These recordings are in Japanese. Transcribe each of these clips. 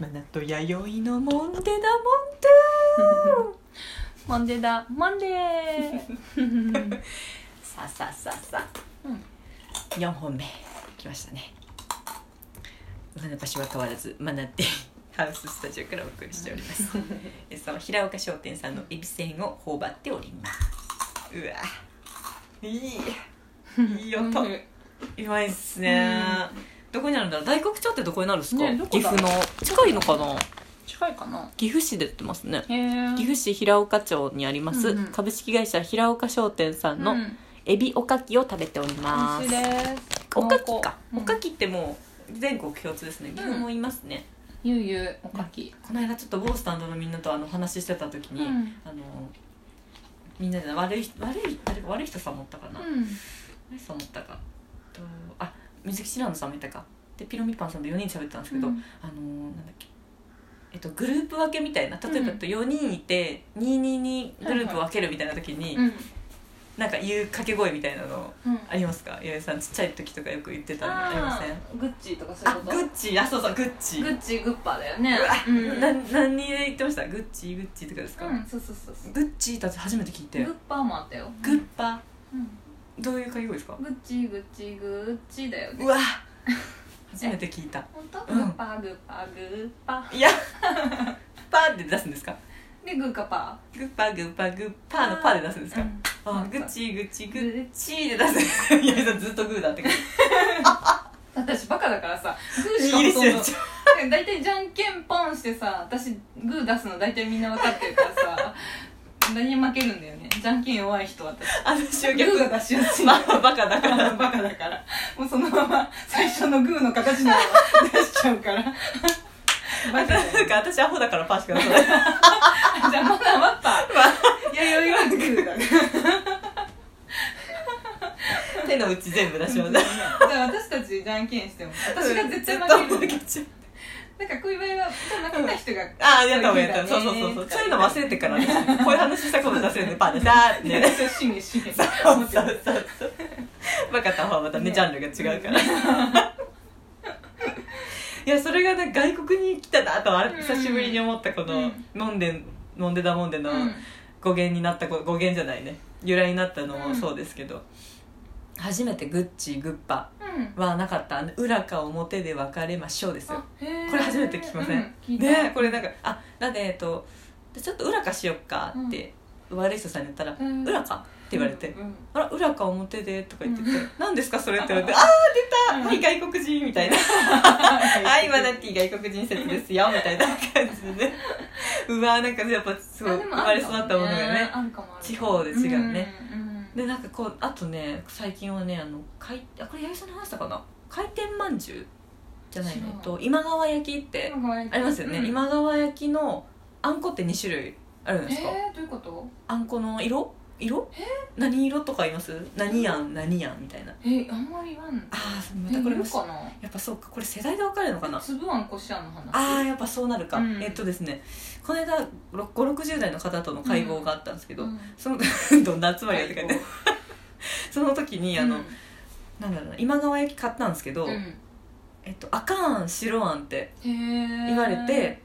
マナと弥生のモンデダモンドゥモンデーだモンデー さあさあさあさあ、うん4本目来ましたねマナ場所は変わらずマナティ ハウススタジオからお送りしております えその平岡商店さんのエビせんを頬張っておりますうわいいいい音うまいっすね、どこにあるんだろう大黒茶ってどこになるんですか、ねどこ岐だ阜の近いのかな近いかな岐阜市で売ってますねへえ岐阜市平岡町にあります、うんうん株式会社平岡商店さんうのんエビおかきを食べておりま美す、味しいですおかきか、濃厚おかきってもう全国共通ですね岐阜もいますね、ゆうゆうおかきこの間ちょっと某スタンドのみんなとあの話してた時に、うんあのみんなで悪い人悪い誰か悪い人さんもおったかな、悪い人さんもおったかとあ水木しらのさんもいたかでピロミパンさんと4人喋ってたんですけど、うんあのなんだっけえっと、グループ分けみたいな例えばうん4人いて2人にグループ分けるみたいな時に、うんなんか言う掛け声みたいなのうんありますか弥生さんちっちゃい時とかよく言ってたのありまあせんーグッチーとかそういあうこグとッチあそうそうグッチグッチーグッパーだよねうん、な何で言ってましたグッチグッチとかですか、うんそうそうそうそうグッチだって初めて聞いてグッパーもあったよグッパうんどういう掛け声ですかグッチーグッチーグッチーだよねうわ初めて聞いた本当グうんッパーグッパーグッパいやパーって出すんですかーでグッカパグッパグッパグッパーのパーで出すんでーすか、うんあグッチグッチググッッチーで出す いやずっとグーだって感私バカだからさグーしじかほとんどちゃで大体じゃんけんポンしてさ私グー出すの大体みんな分かってるからさ 何に負けるんだよねじゃんけん弱い人は私あ私はグ逆ーが出しやすいまあバカだからバカだからもうそのまま最初のグーの形のまま出しちゃうからバカだなんよか私アホだからパーしか出さない じゃあまだまだいやいやいやグーだね手の内全部出しましただから私たちじゃんけんしても私が絶対負けるずっとちゃうなんかこういう場合は負けた人が ああやったほうがいいやったそうそうそうそうそういうの忘れてからねこういう話したこと出せるねパーでさーってね ねしめしめそうそうそうそうバカとアホはまたねねジャンルが違うからいやそれがね外国に来たなとはうん久しぶりに思ったこのう飲んで飲んでだもんでのうん語源になったこ語源じゃないね由来になったのうもんそうですけど初めてグッチグッパうんはなかったあの裏か表で分かれましょうですよここれ初めて聞きません、ねこれなんかあなんでえっとでちょっと裏かしよっかって、悪い人さんに言ったら「うん裏か?」って言われて「うんあら裏か表で」とか言ってて「う何ですかそれ」って言 われて「ああ出た、うんはい外国人」みたいな「 はいマナティー外国人説ですよ」みたいな感じで うわーなんかやっぱそうあ生でもまあれる育かっもたものがねあるかもあるかも地方で違うねうんうんでなんかこうあとね最近はねあの回あこれ八重さんの話したかな回転まんじゅうじゃない知のらないえっと今川焼きって今川焼きありますよね、うん今川焼きのあんこって2種類あるんですか、えーどういうことあんこの色色何色とか言います何やん何やんみたいなえーあんまり言わんああまえたこれいもるかなやっぱそうかこれ世代で分かれるのかなつぶあんこしあんの話あーやっぱそうなるか、うんえっとですねこの間ろ560代の方との会合があったんですけど、うんその どんな集まりやって書いてあるその時にあの、うんなんだろうな今川焼き買ったんですけど、うんえっと、赤あん白あんってへー言われて、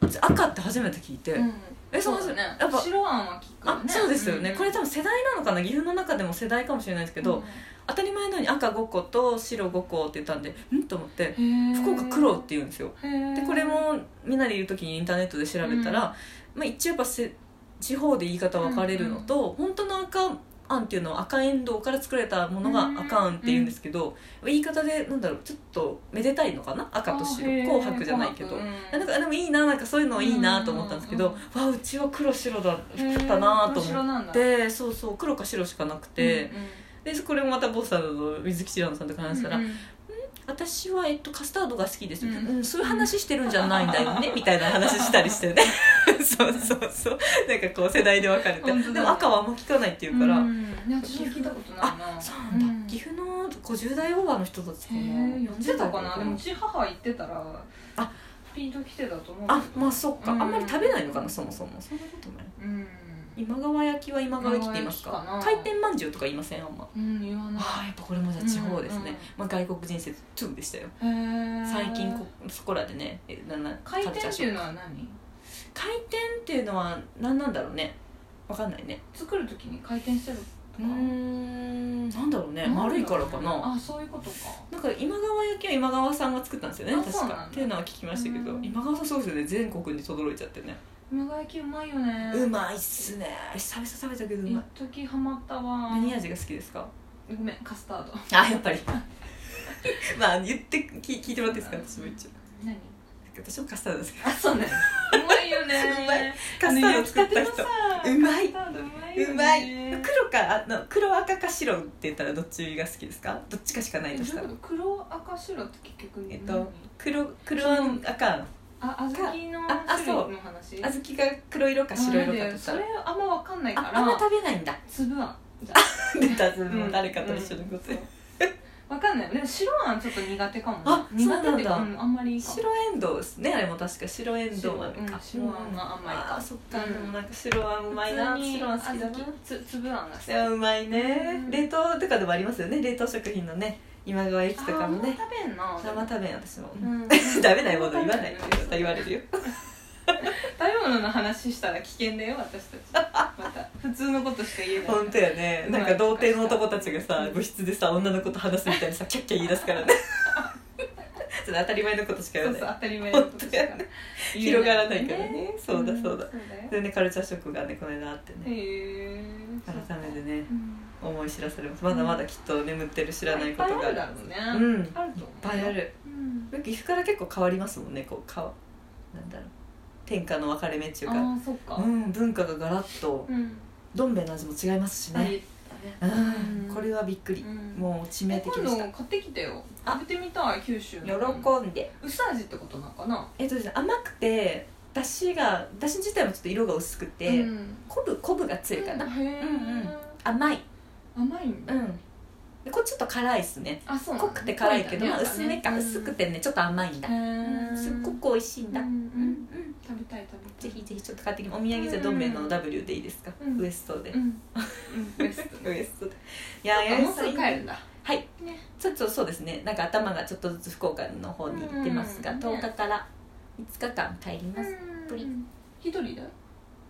私赤って初めて聞いて、うんえそうだねやっぱ白あんは聞くよあねそうですよね、んこれ多分世代なのかな岐阜の中でも世代かもしれないですけど、うん当たり前のように赤5個と白5個って言ったんでんと思ってへー福岡黒って言うんですよへーでこれもみんなでいる時にインターネットで調べたら、まあ、一応やっぱせ地方で言い方分かれるのと、本当の赤あんっていうのは赤えんどうから作られたものが赤あんっていうんですけど、言い方でなんだろうちょっとめでたいのかな赤と白あへー紅白じゃないけど紅白うんなんかでもいいななんかそういうのいいなと思ったんですけど、うんわあうちは黒白だっへーたなと黒白思なんっだてそうそう黒か白しかなくてう、んうんでこれもまたボスさんと水木千奈さんと話したら、うんうん私は、えっと、カスタードが好きです、ううんんそういう話してるんじゃないんだよ ねみたいな話したりしてねそうそうそうなんかこう世代で分かれて本当だねでも赤はあんま聞かないっていうから、うんね私も聞いたことないなそうなんだ、う岐阜の50代オーバーの人たちかへなえ呼んでたかなでもう40代ち母行ってたらあピンと来てたと思うあまあそっか、うんあんまり食べないのかなそもそもそんなことないうん、今川焼きは今川焼きって言いますか今川焼きか回な転まんじゅうとか言いませんあんまうん、言わないああやっぱこれもじゃあ地方ですね、うんうんまあ、外国人説2でしたよへえ最近こそこらでねえなな回転っていうのカルチャーショックは何回転っていうのは何なんだろうねわかんないね作る時に回転してるとかうーんなんだろうねなんだろう丸いからかなあそういうことかなんか今川焼きは今川さんが作ったんですよねあそう確なんだかっていうのは聞きましたけどうん今川さんそうですよね全国に轟いちゃってね今川焼きうまいよねうまいっすね久々食べたけどう一まい時ハマったわ何味が好きですかごめんカスタードあやっぱり まあ言って聞聞いてもらっていいですか私も一応何私もカスタードですけあそうねうまいよね うまいどカスタード作った人ううままいいカスタードうまいよねうまい黒かあの黒赤か白って言ったらどっちが好きですかどっちかしかないえとどういしたらうこと黒赤白って結局何えっと黒黒赤あ小豆のああ種類の話小豆が黒色か白色かとしそたれらあんまわかんないかああんまら食べないんだ粒あんじゃ出たそんの誰かと一緒のことそうわかんないでも白あんちょっと苦手かもねあ苦手っていそうかなうんんあんまりいいかも白エンドウですねあれも確か白エンドウ豆か白うん白あんが甘いかあーそっか、うんでもなんか白あんうまいな普通に白あん好きだあなじゃあつ粒あんが好きそれはうまいね、うん冷凍とかでもありますよね冷凍食品のね今川焼きとかもあんねま食べんな生食べん私も、うん 食べないもの言わないってまた言われるよ食べ物の話したら危険だよ私たちまた普通のことしか言えない本当やねなんか童貞の男たちがさ部室でさ女の子と話すみた いにさキャッキャ言い出すからねそれ当たり前のことしか言そわうなそう当いたり前のことしか言えない広がらないからねそうだそうだんそうだよそれでカルチャーショックがねこの間あってねへー改めてねうん思い知らされますまだまだきっと眠ってる知らないことがいっぱいあるだろうねうんあるとい思っうぱいあるうん岐阜から結構変わりますもんねこうかなんだろう天下の分かれ目っていうかああそっかうん文化がガラッとうんどん兵衛の味も違いますしあねれうだねんうんこれはびっくりうんもう致命え的今で度した買ってきてよあ食べてみたい九州の喜んで薄味ってことなのかなえっとですね甘くてだしがだし自体もちょっと色が薄くてうん昆布昆布が強いかなうんへー甘い甘いんうだんでこれちょっと辛いですねあそうなん濃だくて辛いけど、濃まあ、だね薄めか、うん薄くてねちょっと甘いんだうんすっごく美味しいんだ、うんううんんうん食べたい食べたいぜひぜひちょっと買ってきてお土産じゃどん兵衛の W でいいですか、うんウエストで、うんうんベストウエストでいやあやもうやすぐ帰るんだはいねちょっとそうですねなんか頭がちょっとずつ福岡の方に行ってますが、うん10日から5日間帰ります、プリうん一人だ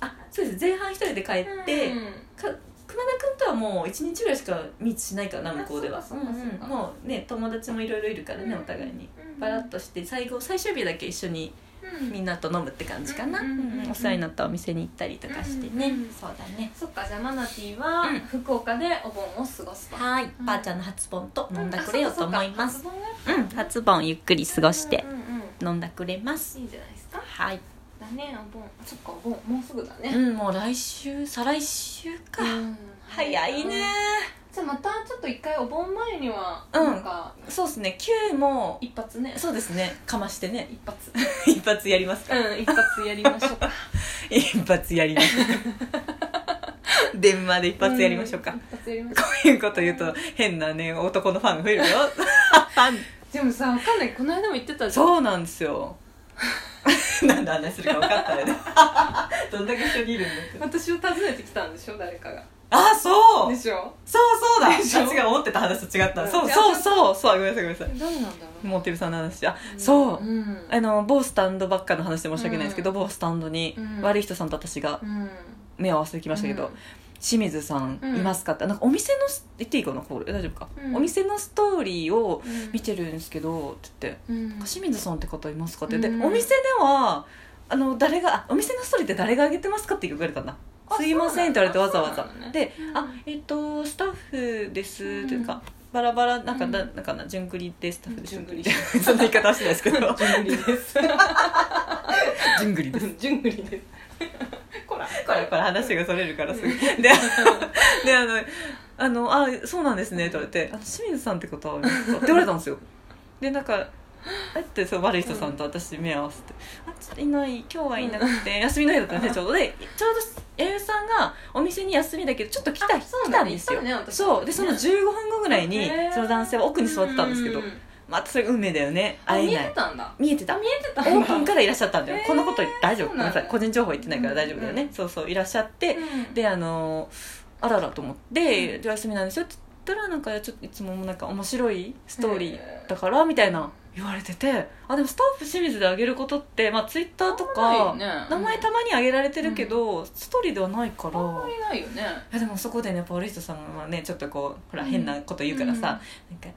あそうです前半一人で帰って、うんか熊田君とはもう1日ぐらいしかミートしないからなあ向こうではそうかそうかそうかうんうんもうね友達もいろいろいるからね、うんお互いにうんバラッとして最後最終日だけ一緒にうんみんなと飲むって感じかな、うんうんうんうんお世話になったお店に行ったりとかしてね、うんうんそうだねそっかじゃあマナティーはうん福岡でお盆を過ごすとはい、うんばあちゃんの初盆と飲んだくれようと思います、うんあそうかうん、初盆ゆっくり過ごしてうんうんうん飲んだくれますいいんじゃないですかはい、だねお盆そっかお盆もうすぐだうねん、もう来週再来週か、うん早いねじゃあまたちょっと一回お盆前にはうんなんかそうですね9も一発ねそうですねかましてね 一発一発やりますかうん一発やりましょうか一発やりましょうか 電話で 一発やりましょうか、んこ一発やりましょうういうこと言うと変なね男のファンが増えるよファンでもさわかんないこの間も言ってたじゃんそうなんですよ 何の話するか分かったよね どんだけ一緒にいるんだって私を訪ねてきたんでしょ誰かがあそうでしょそうそうだでしょ私が思ってた話と違った、うんそうそうそうそうごめんなさいごめんなさい誰なんだろうモーテルさんの話あ、そうう、んあの某スタンドばっかの話で申し訳ないですけど、うん某スタンドにうん悪い人さんと私がうん目を合わせてきましたけど、清水さんいますかって、なんかお店のス言っていいかなこれ大丈夫か、うんお店のストーリーをうん見てるんですけどって言ってうん「清水さんって方いますか?」って、うんでお店ではあの誰があお店のストーリーって誰が上げてますかって言われたんだ「あすいません」って言われてわざわざ、そうなのねでう「んあえっ、とスタッフです」うんというかバラバラなんかな,、、うんなんかな順繰りでスタッフです順繰り そんな言い方はしてないですけど順繰りです順繰りです 順繰りですこらこれこれ話がそれるからすぐでであの「あのあそうなんですね」って言われて「あの清水さんってことはありますか?」って言われたんですよでなんか「えっ?」てそう悪い人さんと私目合わせて「あちょっといない今日はいなくて休みの日だったんですねちょうど」でちょうど弥生さんがお店に休みだけどちょっと来た,、あそうな来たんだんですよ行ったのね私そうでその15分後ぐらいにへーその男性は奥に座ってたんですけどうまたそれ運命だよねあ会見ええなていたんだ見えてたあ見えてたオんだープンからいらっしゃったんだよ、へーこのこと大丈夫そごうめなんんだなさい個人情報言ってないから大丈夫だよね、うんそうそういらっしゃって、うんであのあららと思っうてん「でお休みなんですよ」って言ったらなんかちょっといつもなんか面白いストーリへーーだからみたいな言われててあでもスタンプ清水であげることって、まあ、ツイッターとか、名前たままにあげられてるけど、ストーリーではないから。あんまりないよねいやでもそこでねやっぱリストさんはねちょっとこうほらうん変なこと言うからさ、なんか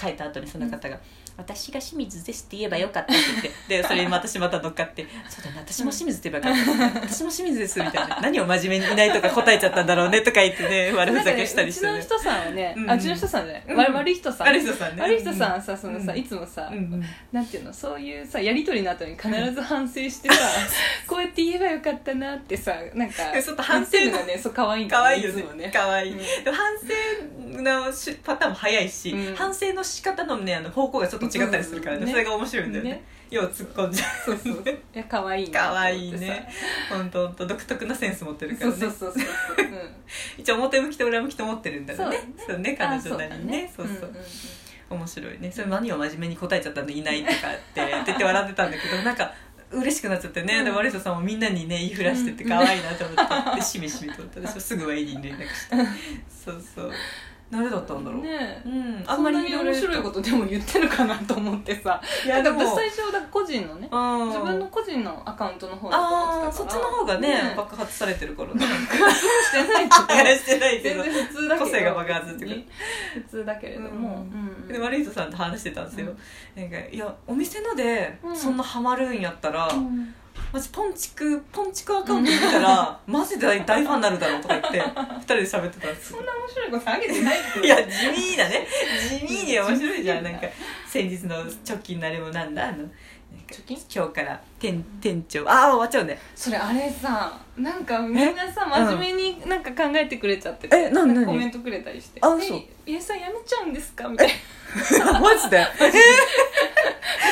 書いた後にその方が「私が清水です」って言えばよかったって言って でそれに私また乗っかって「そうだね私も清水って言えばよかった」私も清水です」みたいな「何を真面目にいないとか答えちゃったんだろうね」とか言って ね悪ふざけしたりしてなんかねうち。のね人さんはね、うんあうちの人さんじゃない、うんわ悪い人さん悪い人さんね悪い人さんはさそのさ、うんいつもさ、うんうんなんていうのそういうさやり取りの後に必ず反省 してさこうやって言えばよかったなってさなんかちょっと反省の言ってるのがねそう可愛いんだ可愛いいよつねもね可愛いうんでも反省のしパターンも早いし、うん反省の仕方のねあの方向がちょっと違ったりするからね,、うんねそれが面白いんだよねねよう突っ込んじゃうそうそうそう いや可愛いなと可思愛っいてさね本当本当独特なセンス持ってるかそらうねそうそうそう一応表向きと裏向きと持ってるんだろうねそそううねうん、あ 彼女なりにねそうそうだね面白いねそれ何を真面目に答えちゃったのいないとか ってって言って笑ってたんだけどなんか嬉しくなっちゃってね、うんでマリサさんもみんなにね言いふらしてて可愛いなと思って、でしめしめと思ったでしょすぐワイリーに連絡してそうそう誰だったんだろう、ねうえんああんんままりり面白いことでも言ってるかなと思ってさといなやんかでも私最初だ個人のねうん自分の個人のアカウントの方だとあ思あってそたっかちらの方がね、うん爆発されてるからねしてないけどしてないけ 全ど然普通だけど個性が爆発ってこと 普通だけれども、うんうんうんでマリートさんと話してたんですよ、なんかいやお店のでうんそんなハマるんやったら、うんマジポンチクポンチクアカウント見たら、マジで大大ファンになるだろうとか 言って二人で喋ってたんですそよんな面白いことあげてないけどいや地味だね地味に面白いじゃん地味なだんか先日の直近のあれもなんだあのなんか貯金今日から店店長ああ終わっちゃう ねそれあれさなんかみんなさ真面目になんか考えてくれちゃっててえなんか何コメントくれたりしてあえそう家康さんやめちゃうんですか?」みたいなマジで